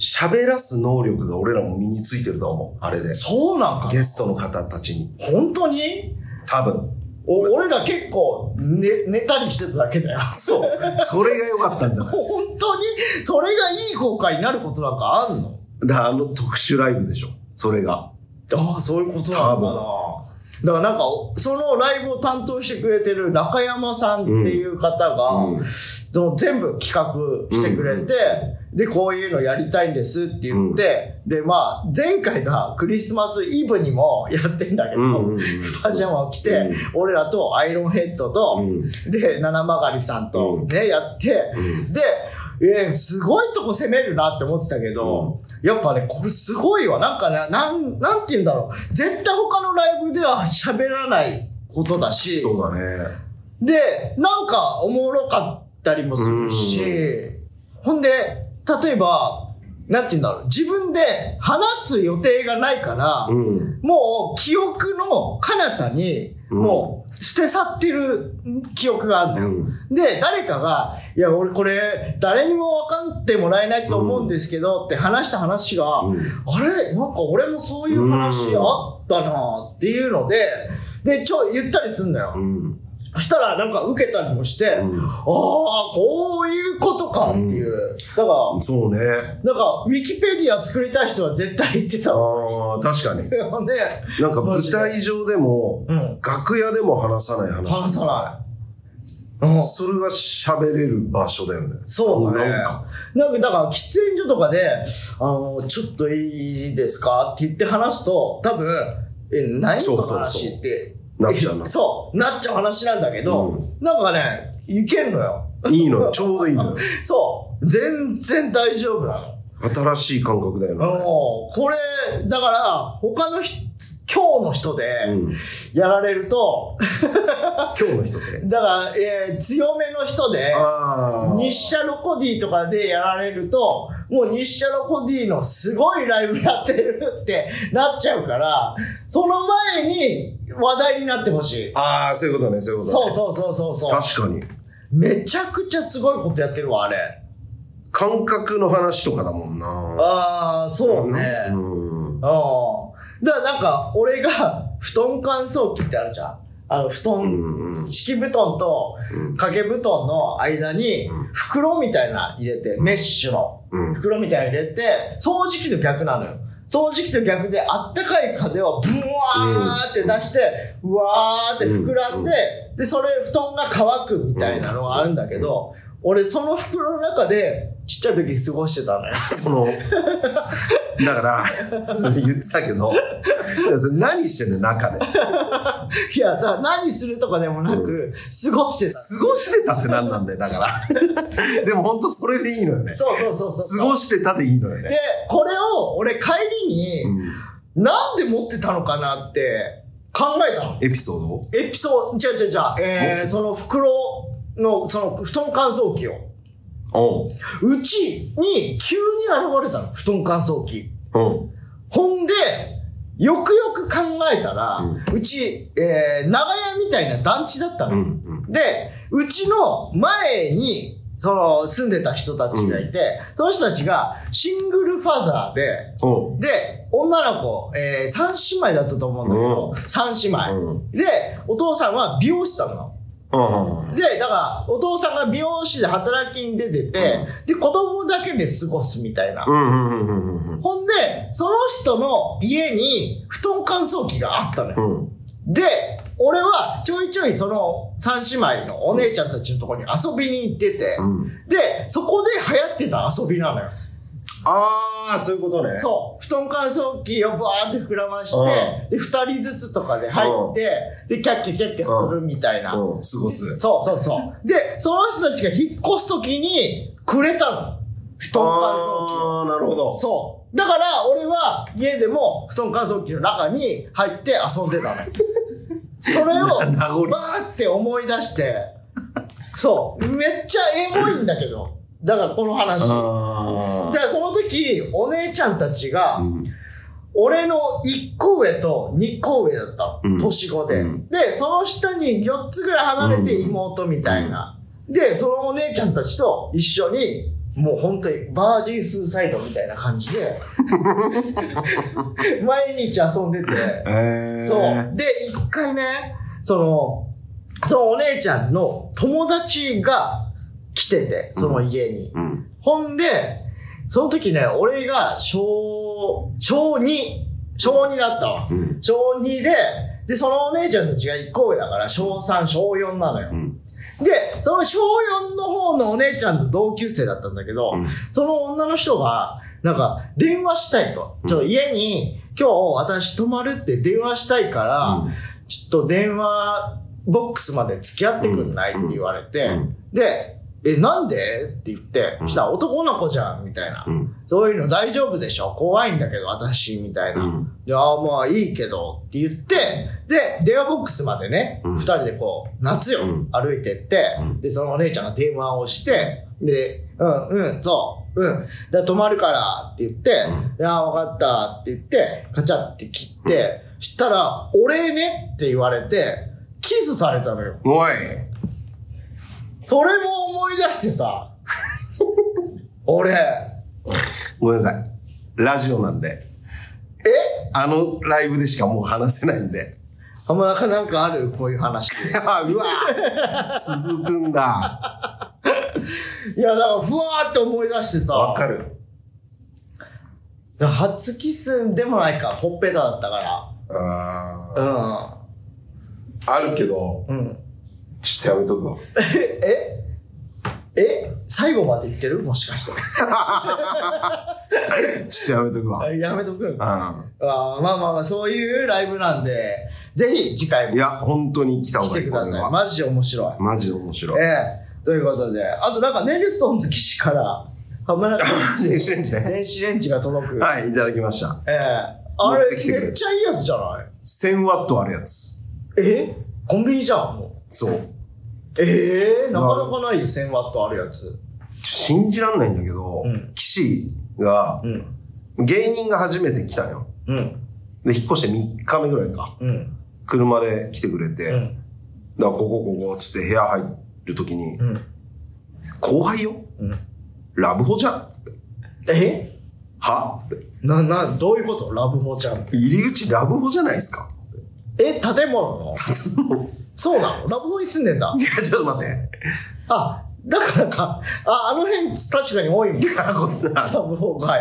喋らす能力が俺らも身についてると思う。あれで。
そうなんかな
ゲストの方たちに。
本当に
多分。
お俺ら結構、ね、寝たりしてただけ だよ。そう。
それが良かったんじゃない
本当にそれがいい効果になることなんかあんの
だからあの特殊ライブでしょ。それが。
ああ、そういうことなのかな。だからなんか、そのライブを担当してくれてる中山さんっていう方が、
うんうん
でも全部企画してくれて、で、こういうのやりたいんですって言って、で、まあ、前回がクリスマスイブにもやってんだけど、
うんうんうん
パジャマを着て、
うん
俺らとアイロンヘッドと、
う
で、七曲さんと
うん
ね、やって、
うん
で、えーすごいとこ攻めるなって思ってたけど、やっぱね、これすごいわ。なんかね、なん、なんて言うんだろう。絶対他のライブでは喋らないことだし、
そうだね。
で、なんかおもろかったりもするし、ほんで、例えば、なんて言うんだろう。自分で話す予定がないから、
うん。
もう記憶の彼方に、
うん
もう捨て去ってる記憶があるのよ。で、誰かが、いや、俺これ、誰にも分かってもらえないと思うんですけど、って話した話が、
うん
あれなんか俺もそういう話あったなっていうので、で、ちょ、言ったりすんだよ。
うん。
そしたら、なんか受けたりもして、
ん
ああ、こういうことかっていう。だから、
そうね。
なんか、ウィキペディア作りたい人は絶対言ってたわ。
ああ、確かに。
で、な
なんか舞台上でも、
うん
楽屋でも話さない話。
話さない。うん。
それが喋れる場所だよね。
そうだね
なんか。
なんか、だから、喫煙所とかで、あの、ちょっといいですかって言って話すと、多分、え、何
そ
の
うそう
話
そう
って。
なっちゃう
え
な
そう、なっちゃう話なんだけど、なんかね、いけんのよ。
いいの よ。ちょうどいいのよ。
そう。全然大丈夫なの。
新しい感覚だよ
あ
な。
のこれ、だから、他の人、今日の人で
うん、
やられると、
今日の人って。
だから、えー強めの人で、
ああ。
日射ロコディとかでやられると、もう日射ロコディのすごいライブやってるってなっちゃうから、その前に話題になってほしい。
ああ、そういうことね、そういうこと
そ
ね。
うそうそうそうそう。
確かに。
めちゃくちゃすごいことやってるわ、あれ。
感覚の話とかだもんな。
ああ、そうね。
うん。
うん。だからなんか、俺が、布団乾燥機ってあるじゃん。あの、布団、
んうん
敷布団と掛け布団の間に、袋みたいな入れて、メッシュの
うん
袋みたいな入れて、掃除機と逆なのよ。掃除機と逆で、あったかい風をブワーって出して、うわーって膨らんで、で、それ布団が乾くみたいなのがあるんだけど、俺その袋の中で、ちっちゃい時過ごしてたのよ。
その、だから、それ言ってたけど、いやそれ何してんの中で。
いや、だから何するとかでもなく、過ごしてた。
過ごしてたって何なんだよ、だ から。でも本当それでいいのよね。
そうそうそうそう。
過ごしてたでいいのよね。
で、これを俺帰りに、
うん
なんで持ってたのかなって考えたの。
エピソードを
エピソード、じゃじゃじゃ、えー、その袋の、その布団乾燥機を。
おう
うちに急に現れたの、布団乾燥機。
おう
ほんで、よくよく考えたら、うち、えー、長屋みたいな団地だったの。
うんうん
で、うちの前に、その、住んでた人たちがいて、その人たちが、シングルファザーで、
おう
で、女の子、えー、三姉妹だったと思うんだけ
う
ど
ん、
三姉
う
妹。で、お父さんは美容師さんなの。
ああ
で、だから、お父さんが美容師で働きに出てて、で、子供だけで過ごすみたいな。
うんうんうんうんうん
ほんで、その人の家に布団乾燥機があったのよ。
うん
で、俺はちょいちょいその三姉妹のお姉ちゃんたちのところに遊びに行ってて、
ん
で、そこで流行ってた遊びなのよ。
ああ、そういうことね。
そう。布団乾燥機をバーって膨らまして、で、二人ずつとかで入って、で、キャッキャキャッキャするみたいな。
うん過ごす
そうそうそう。で、その人たちが引っ越すときにくれたの。布団乾燥機を。
ああ、なるほど。
そう。だから、俺は家でも布団乾燥機の中に入って遊ん でたの。それを、
名残
バーって思い出して、そう。めっちゃエモいんだけど。だから、この話。だか
ああ
ら、その時、お姉ちゃんたちが、俺の1個上と2個上だったの。
うん
年子で、
うん
で、その下に4つぐらい離れて妹みたいな。で、そのお姉ちゃんたちと一緒に、もう本当にバージンスーサイドみたいな感 じで、毎日遊んでて。
ええ
そう。で、一回ね、その、そのお姉ちゃんの友達が来てて、その家に。
うん
ほんで、その時ね、俺が小、小2、小2だったわ。
うん
小2で、で、そのお姉ちゃんたちが1個上だから、小3、小4なのよ。
うん
で、その小4の方のお姉ちゃんと同級生だったんだけど、
うん
その女の人が、なんか、電話したいと。ちょっと家に、今日私泊まるって電話したいから、
うん
ちょっと電話ボックスまで付き合ってくんないって言われて、
うん
で、え、なんでって言って、そしたら男の子じゃん、みたいな。
うん
そういうの大丈夫でしょ怖いんだけど、私、みたいな。
うん
で、ああ、まあいいけど、って言って、で、電話ボックスまでね、二、
うん
人でこう、夏よ、
うん
歩いてって、
うん
で、そのお姉ちゃんが電話をして、で、うん、うん、そう、うん、で、止まるから、って言って、でああ、わかった、って言って、カチャって切って、したら、お礼ねって言われて、キスされたのよ。
おい。
それも思い出し てさ、俺、
ごめんなさい。ラジオなんで。
え
あのライブでしかもう話せないんで。
あんまなんかあるこういう話。
あうわ続くんだ。
いや、だから、ふわーって思い出してさ。
わかる。
だから初キスでもないか、ほっぺただったか
あ
ら。
ーあるけど、
うん。うん。
ちょっとやめとくわ。
ええ最後まで言ってるもしかして。
ちょっとやめとくわ。
やめとくあ
う
あまあまあまあ、そういうライブなんで、ぜひ次回
ん。い
も
や、本当に来た方
来
がい
て
い。
くださ
これ
い。
は
マジで面白い。
マジで面白
え
い。
えということで、あとなんかネルソンズ騎士から、浜中
電子レンジ ね。
電子レンジが届く。
はい、いただきました。
ええあれ、
持ってきてくれる
めっちゃいいやつじゃない
1000ワットあるやつ。
えコンビニじゃん、もう。
そう。
ええなかなかないよ、1000ワットあるやつ。
信じらんないんだけど、
うん
岸が
う、ん。
芸人が初めて来たよ。
うん。
で、引っ越して3日目ぐらいか。
うん。
車で来てくれて、
う
だ
ん。
からここここっつって部屋入るときに、
うん。
後輩よ、
うん
ラブホじゃんっつって。
え
はっつって。
な、な、どういうことラブホちゃん。
入り口ラブホじゃないですか。
え、建物のそうなのラブホに住んでんだ
い。や、ちょっと待って。
あ、だからか。あ、あの辺、確かに多いもん。
あ、こっち
ラ
だ。
ブホ街。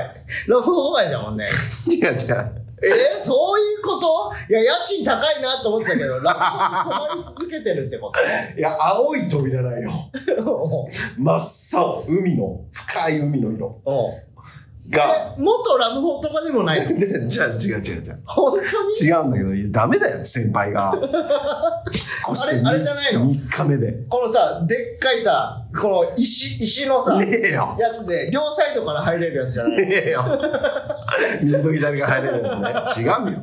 ラブホ街だもんね。
違う違う。
えー、そういうこといや、家賃高いなと思ってたけど、ラブホに泊まり続けてるってこ
いや、青い扉だよ。
と
真っ青。海の、深い海の色
うん。うん
が。
え、元ラブホとかでもないの
でじゃあ違う違う違う。
本当に
違うんだけどいや、ダメだよ、先輩が。
あれあれじゃないの
?3 日目で。
このさ、でっかいさ、この石、石のさ、
ねえよ。
やつで、両サイドから入れるやつじゃない
ねえよ。右と左が入れるやつね。違うよ。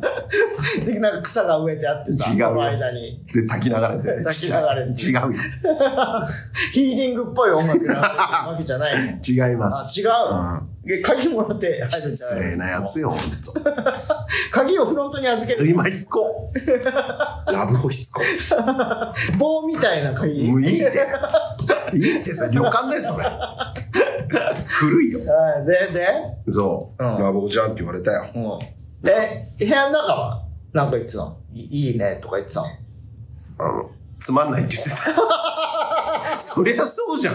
で、なんか草が植えてあってさ、
違うよ
この間に。
で、滝流れてね。
滝流れて
違うよ。
ヒーリングっぽい音楽な わけじゃないの。
違いま
あ
す。、
違う。で鍵もらって入るんじゃ
失
ない
礼なやつよ、ほんと。
鍵をフロントに預け る。
今、しつこ。ラブホしつこ。
棒みたいな鍵。
も
は
ういいって。いいって、それ旅館だよ、それ。古いよ。
い、で、で、
そう。
うん
ラブホじゃんって言われたよ。
うん。で、部屋の中は、なんか言ってたのいいいねとか言ってたの
うんつまんないって言っ てた。そりゃそうじゃん。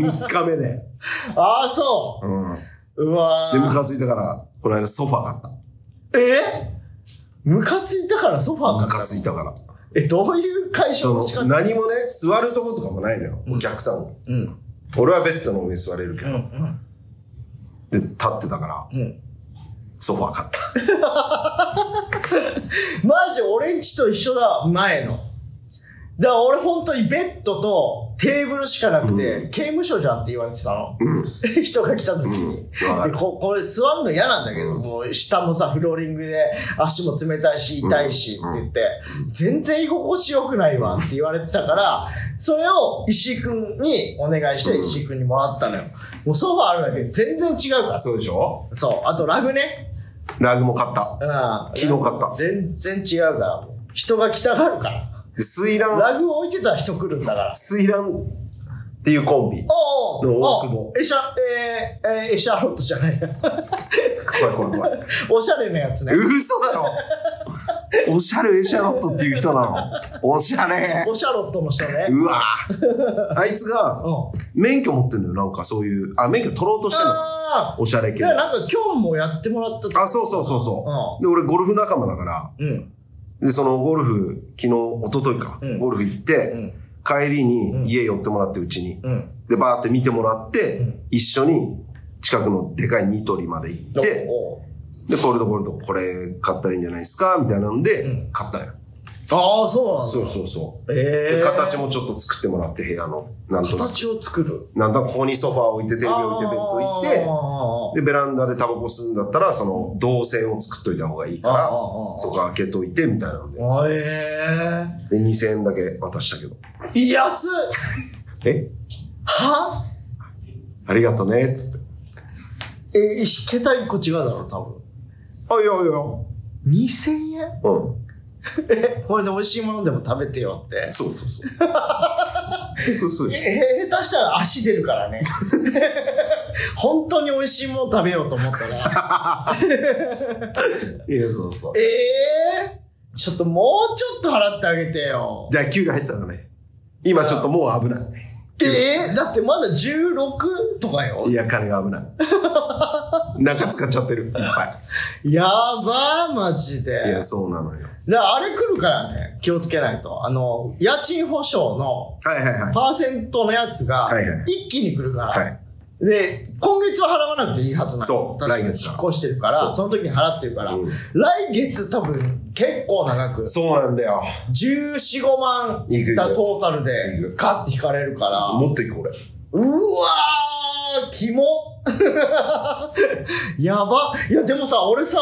3日目で。
ああ、そ
うん。
う。うわ
で、ム
ー
カついたから、この間ソファー買った。
えムカついたからソファー買
ム
った
カ
の
ついたから。
え、どういう解消の仕
そ
方
の、何もね、座るとことかもないのよ。
うん
お客さんも。
うん。うん。
俺はベッドの上に座れるけど。
うん。
で、立ってたから、
うん。
ソファー買った。
マジ俺んちと一緒だ、前の。だから俺本当にベッドとテーブルしかなくて、刑務所じゃんって言われてたの。 人が来た時に、
うんわかる
でこ。これ座るの嫌なんだけど、もう下もさ、フローリングで足も冷たいし痛いしって言って、全然居心地良くないわって言われてたから、それを石井くんにお願いして石井くんにもらったのよ。もうソファーあるだけで全然違うから。
そうでしょ
そう。あとラグね。
ラグも買った。
うん。
昨日買った。
全然違うから。もう人が来たがるから。
で水卵、
ラグを置いてたら人来るんだから。
水卵っていうコンビ。
おうおう
の大久
お
保
うエシャ、えー、えーエシャーロットじゃない。
怖い怖い怖い。
おしゃれなやつね。
嘘だろおしゃれエシャロットっていう人なの。おしゃれ
おシャロットの人ね。
うわあいつが
うん。
免許持ってんのよ。なんかそういう、あ、免許取ろうとしてんの。
ああ。
おしゃれ
い
系。
や、
あ、
なんか今日もやってもらったと。
そうそうそうそうう。で、俺ゴルフ仲間だから、
うん。
で、そのゴルフ、昨日、一昨日か、
うん
ゴルフ行
う
って
ん、
帰りに家寄ってもらって、うちに。
うん。
で、バーって見てもらって、
ん
一緒に近くのでかいニトリまで行って、
おう
で、これとこれとこれ買ったらいいんじゃないですかみたいなんで、
う
買ったよ。
おうああ、そうなんだ。
そうそうそう。
え
で
えー。
形。もちょっと作ってもらって、部屋の。なんとなく。
形を作る。
なんとなくここにソファー置いて、テレビ置いて、ベッド置いて、
置
で、ベランダでタバコ吸うんだったら、その、動線を作っといた方がいいか
あああ
ら、
あ
そこ開けといて、みたいなので。
て。え
で、2000円だけ渡したけど。
えー。安っ
え
は
ありがとね、つって。
えー、桁一個違うだろ、多分。
あ、いやいやいや。
2000円
うん。
え、これで美味しいものでも食べてよって。
そうそうそう。え そうそう。
え下手したら足出るからね。 本当に美味しいもの食べようと思った ら。
いや、そうそう。
ええー、ちょっともうちょっと払ってあげてよ。
じゃあ、給料入ったらね。今ちょっともう危ない。
えー、だってまだ16とかよ
い。や、金が危ない。なんか使っちゃってる。いっぱ
やばー、マジ
い。い
で
や、。そうなのよ。
だからあれ来るからね、気をつけないと。あの、家賃保証の
はいはいはい。
パーセントのやつが
はいはい
一気に来るから。
はい。
で、今月は払わなくていいはずなの。
そう
確かに
来月から
引っ越してるから、その時に払ってるから、
うん
来月多分結構長く、
そうなんだよ。
14、5万
いくいく
だトータル
い
で
く、
カッて引かれるから、
もっといく、俺。
うわー、キモ やば。いや、でもさ、俺さ、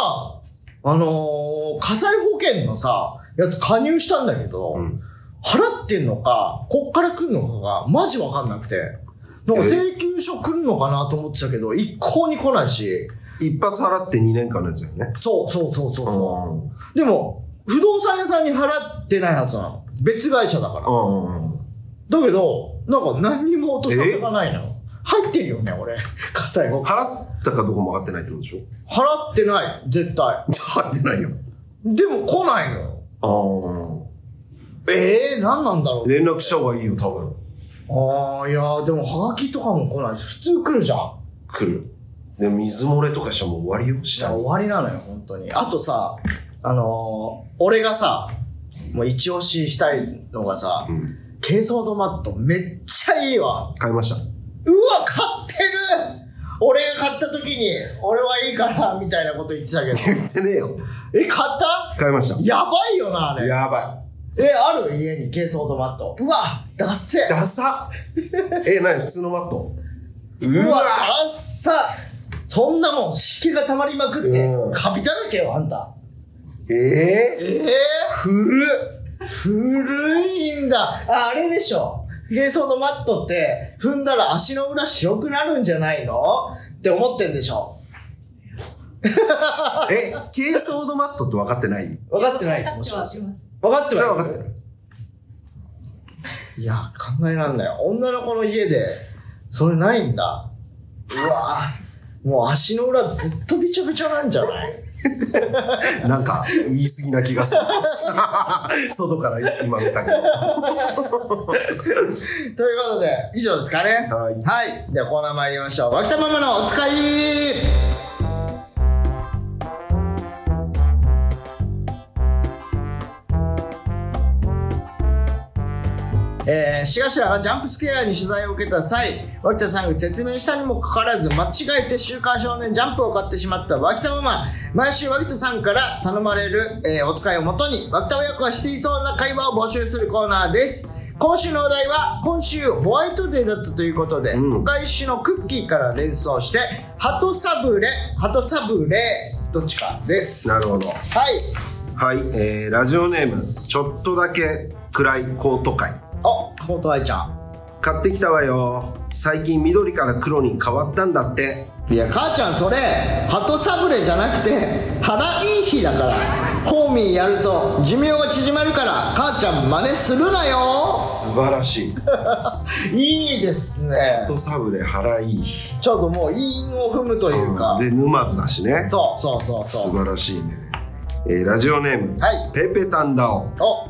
あのー火災保険のさ、やつ加入したんだけど、
うん
払ってんのか、こっから来るのかが、マジわかんなくて。なんか請求書来るのかなと思ってたけど、一向に来ないし。
一発払って2年間のやつだよね。
そうそうそうそうそうう。でも、不動産屋さんに払ってないはずなの。別会社だから。
ん。うん。
だけど、なんか何にも落とさがないのよ。入ってるよね、俺。火災保険。
払ったかどこも分かってないってことでしょ
払ってない、絶対。
払ってないよ。
でも来ないのよ。
あ
ええー、何なんだろう。
連絡した方がいいよ、多分。
ああ、いやー、でもハガキとかも来ないし、普通来るじゃん。
来る。で、水漏れとかしたらもう終わりよ。し
いや
た
終
の。
わりなのよ、本当に。あとさ、あのー俺がさ、もう一押ししたいのがさ、
うん。
珪藻土マットめっちゃいいわ。
買いました。
うわ、買ってる俺が買った時に、俺はいいから、みたいなこと言ってたけど。
言ってねえよ。
え、買った
買いまし
やばいよな、あ
た。
れ。
やば
え、ある家に珪藻土マット。うわ、ダッセ
い。ダサえ、何普通のマット
うわ、ダッサそんなもん湿気が溜まりまくって
うん、
カビだらけよ、あんた。
え
ええ古っ古いんだああれでしょで、そのマットって、踏んだら足の裏白くなるんじゃないのって思ってんでしょ
ー、え、珪藻のマットって分かってない
分かってない
立
もし
って
か
は
して
います。
分かって
それは
は
分かってる。
いや、考えらんない。女の子の家で、それないんだ。うわぁ。もう足の裏ずっとびちゃびちゃなんじゃない
なんか、言い過ぎな気がする。 外から今見たけど。
ということで、以上ですかね。
はい
ではコーナー参りましょう。脇田ママのおつかりえー、しがしらがジャンプスケアに取材を受けた際、脇田さんが説明したにもかかわらず、間違えて週刊少年ジャンプを買ってしまった脇田ママ。毎週脇田さんから頼まれる、えーお使いをもとに、脇田親子がしていそうな会話を募集するコーナーです。今週のお題は、今週ホワイトデーだったということで、
うん
お返しのクッキーから連想して、鳩サブレ、鳩サブレ、どっちかです。は
なるほど。
い。
はい、えー、ラジオネーム、ちょっとだけ暗いコート会。
お、コートアイちゃん。
買ってきたわよ。最近緑から黒に変わったんだって。
いや、母ちゃん、それ、鳩サブレじゃなくて、腹いい日だから。ホーミーやると寿命が縮まるから、母ちゃん真似するなよ。
素晴らしい。
いいですね。
とサブレ腹いい。
ちょっともう、韻を踏むというか。
で、沼津だしね。
そうそうそう
素
そう。
晴らしいね。えー、ラジオネーム、
はい
ペペタンダオ。
お、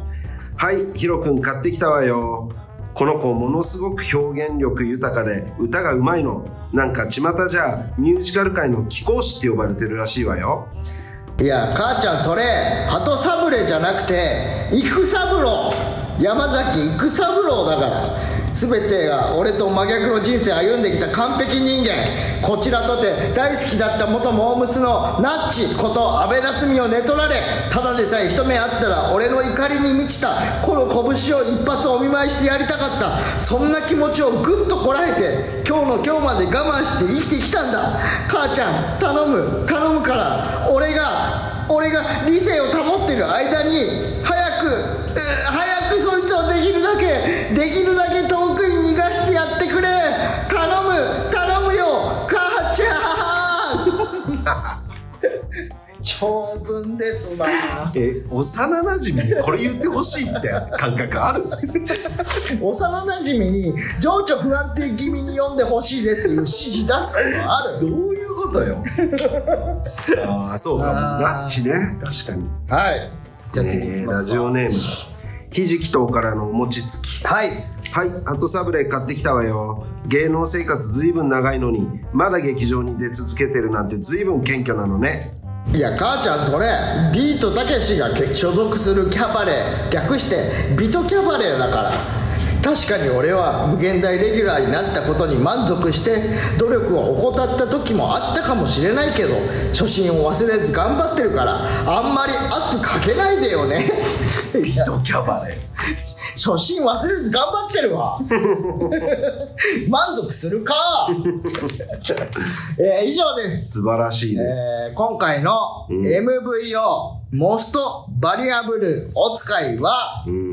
はい、ヒロ君買ってきたわよ。この子ものすごく表現力豊かで歌がうまいの。なんか巷じゃミュージカル界の貴公子って呼ばれてるらしいわよ。
いや母ちゃんそれ鳩サブレじゃなくて育三郎山崎育三郎だから全てが俺と真逆の人生歩んできた完璧人間こちらとて大好きだった元モームスのナッチこと安倍夏実を寝取られただでさえ一目あったら俺の怒りに満ちたこの拳を一発お見舞いしてやりたかったそんな気持ちをぐっとこらえて今日の今日まで我慢して生きてきたんだ母ちゃん頼む頼むから俺が俺が理性を保ってる間に早くうー早くそいつをできるだけできるだけ遠くに逃がしてやってくれ頼む頼むよ母ちゃん 長文ですな
え、幼馴染にこれ言ってほしいって感覚ある
幼なじみに情緒不安定気味に読んでほしいですっていう指示出すのはある
どういうことよ。ああ、そうかも。
あー
ナッチね。確かに。
はいじゃあ次い
え
き
ー
ま
ラ
す
ジ
か、
オネーム、ひじきとおからのお餅つき。
はい
はい、ハトサブレ買ってきたわよ。芸能生活ずいぶん長いのに、まだ劇場に出続けてるなんてずいぶん謙虚なのね。
いや母ちゃんそれビートたけしが所属するキャバレー略してビトキャバレーだから確かに俺は無限大レギュラーになったことに満足して努力を怠った時もあったかもしれないけど初心を忘れず頑張ってるからあんまり圧かけないでよ ね
ビトキャバレ
初心忘れず頑張ってるわ 満足するか、 えー以上です、
素晴らしい
え
です。
ー今回の MVO、モストバリアブルお使いは、
うん、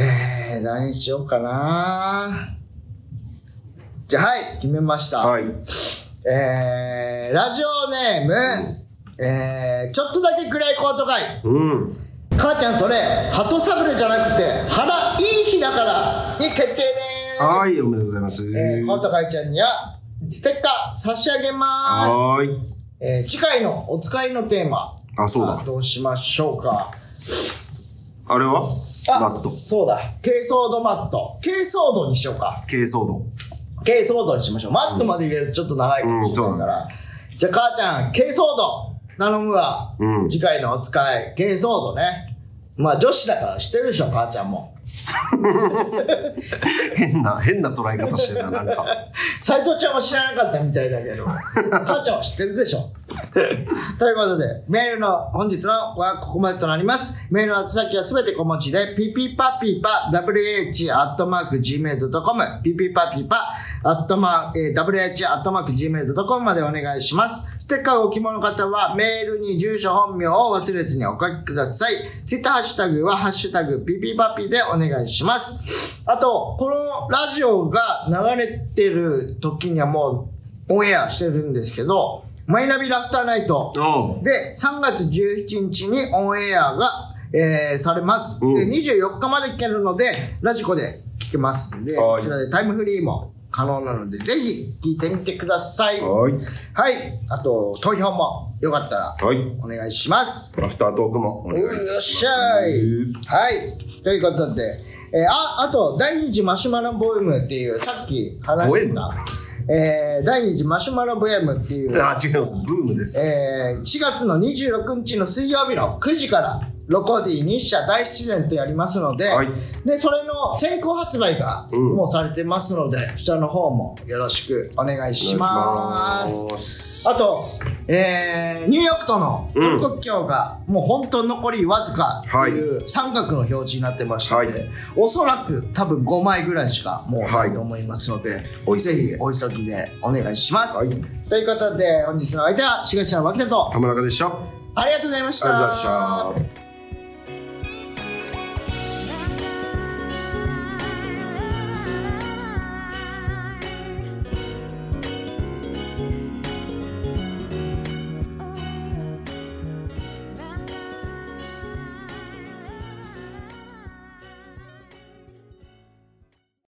えー、誰にしようかなじゃあはい決めました、
はい。
えー、ラジオネーム、えー、ちょっとだけ暗いコート会
うん。
母ちゃんそれ鳩サブレじゃなくて腹いい日だからに決定です
はい、おめでとうございます。
えー、コントカイちゃんにはステッカー差し上げま
はーい。
す、えー、次回のお使いのテーマ
あ、そうだ
あ。どうしましょうか
あれは
あ
マット。
そうだ珪藻土マット珪藻土にしようか
軽装度。
珪藻土にしましょうマットまで入れるとちょっと長いかもしれないから、じゃあ母ちゃん珪藻土頼むわ、
うん
次回のお使い珪藻土ねまあ女子だから知ってるでしょ母ちゃんも
変な、変な捉え方してた、な んか。
斉藤ちゃんは知らなかったみたいだけど、母ちゃんは知ってるでしょ。ということで、メールの本日のはここまでとなります。メールの宛先はすべて小文字で、ピピパピパ wh.gmail.com、ピピパピパあったま、えー、wh あったまく gmail.com までお願いします。ステッカーをお希望の方は、メールに住所本名を忘れずにお書きください。ツイッターハッシュタグは、ハッシュタグ、ピピパピでお願いします。あと、このラジオが流れてる時にはもう、オンエアしてるんですけど、マイナビラフターナイト。
おう
で、3月17日にオンエアが、えーされます。
うん
で、24日まで聞けるので、ラジコで聞けますんで、
は
こ
い
ちらでタイムフリーも可能なので、ぜひ聞いてみてください。はい。
はい。
あと、投票もよかったら
はい。
お願いします。
アフタートークもお願いします。
よっしゃい。はい。ということで、えーあ、あと、第二次マシュマロボームっていう、さっき話してた、えー第二次マシュマロボームっていう、
あ、違います。ブームです。
えー4月の26日の水曜日の9時からロコディ日社大自然とやりますので,、
はい
でそれの先行発売が
うん
もうされてますので、そちらの方もよろしくお願いします
お願いします。
あと、えーニューヨークとの
うん
国境がもう本当残りわずかという三角の表示になってましたので、
はい
おそらく多分5枚ぐらいしかもうないと思いますので、
お急
ぜ
ぎ
ひ
で
お急ぎでお願いします、
はい
ということで本日の相手はしがちゃん脇田と
浜中でした。あり
ありがとうございました
がとうございました。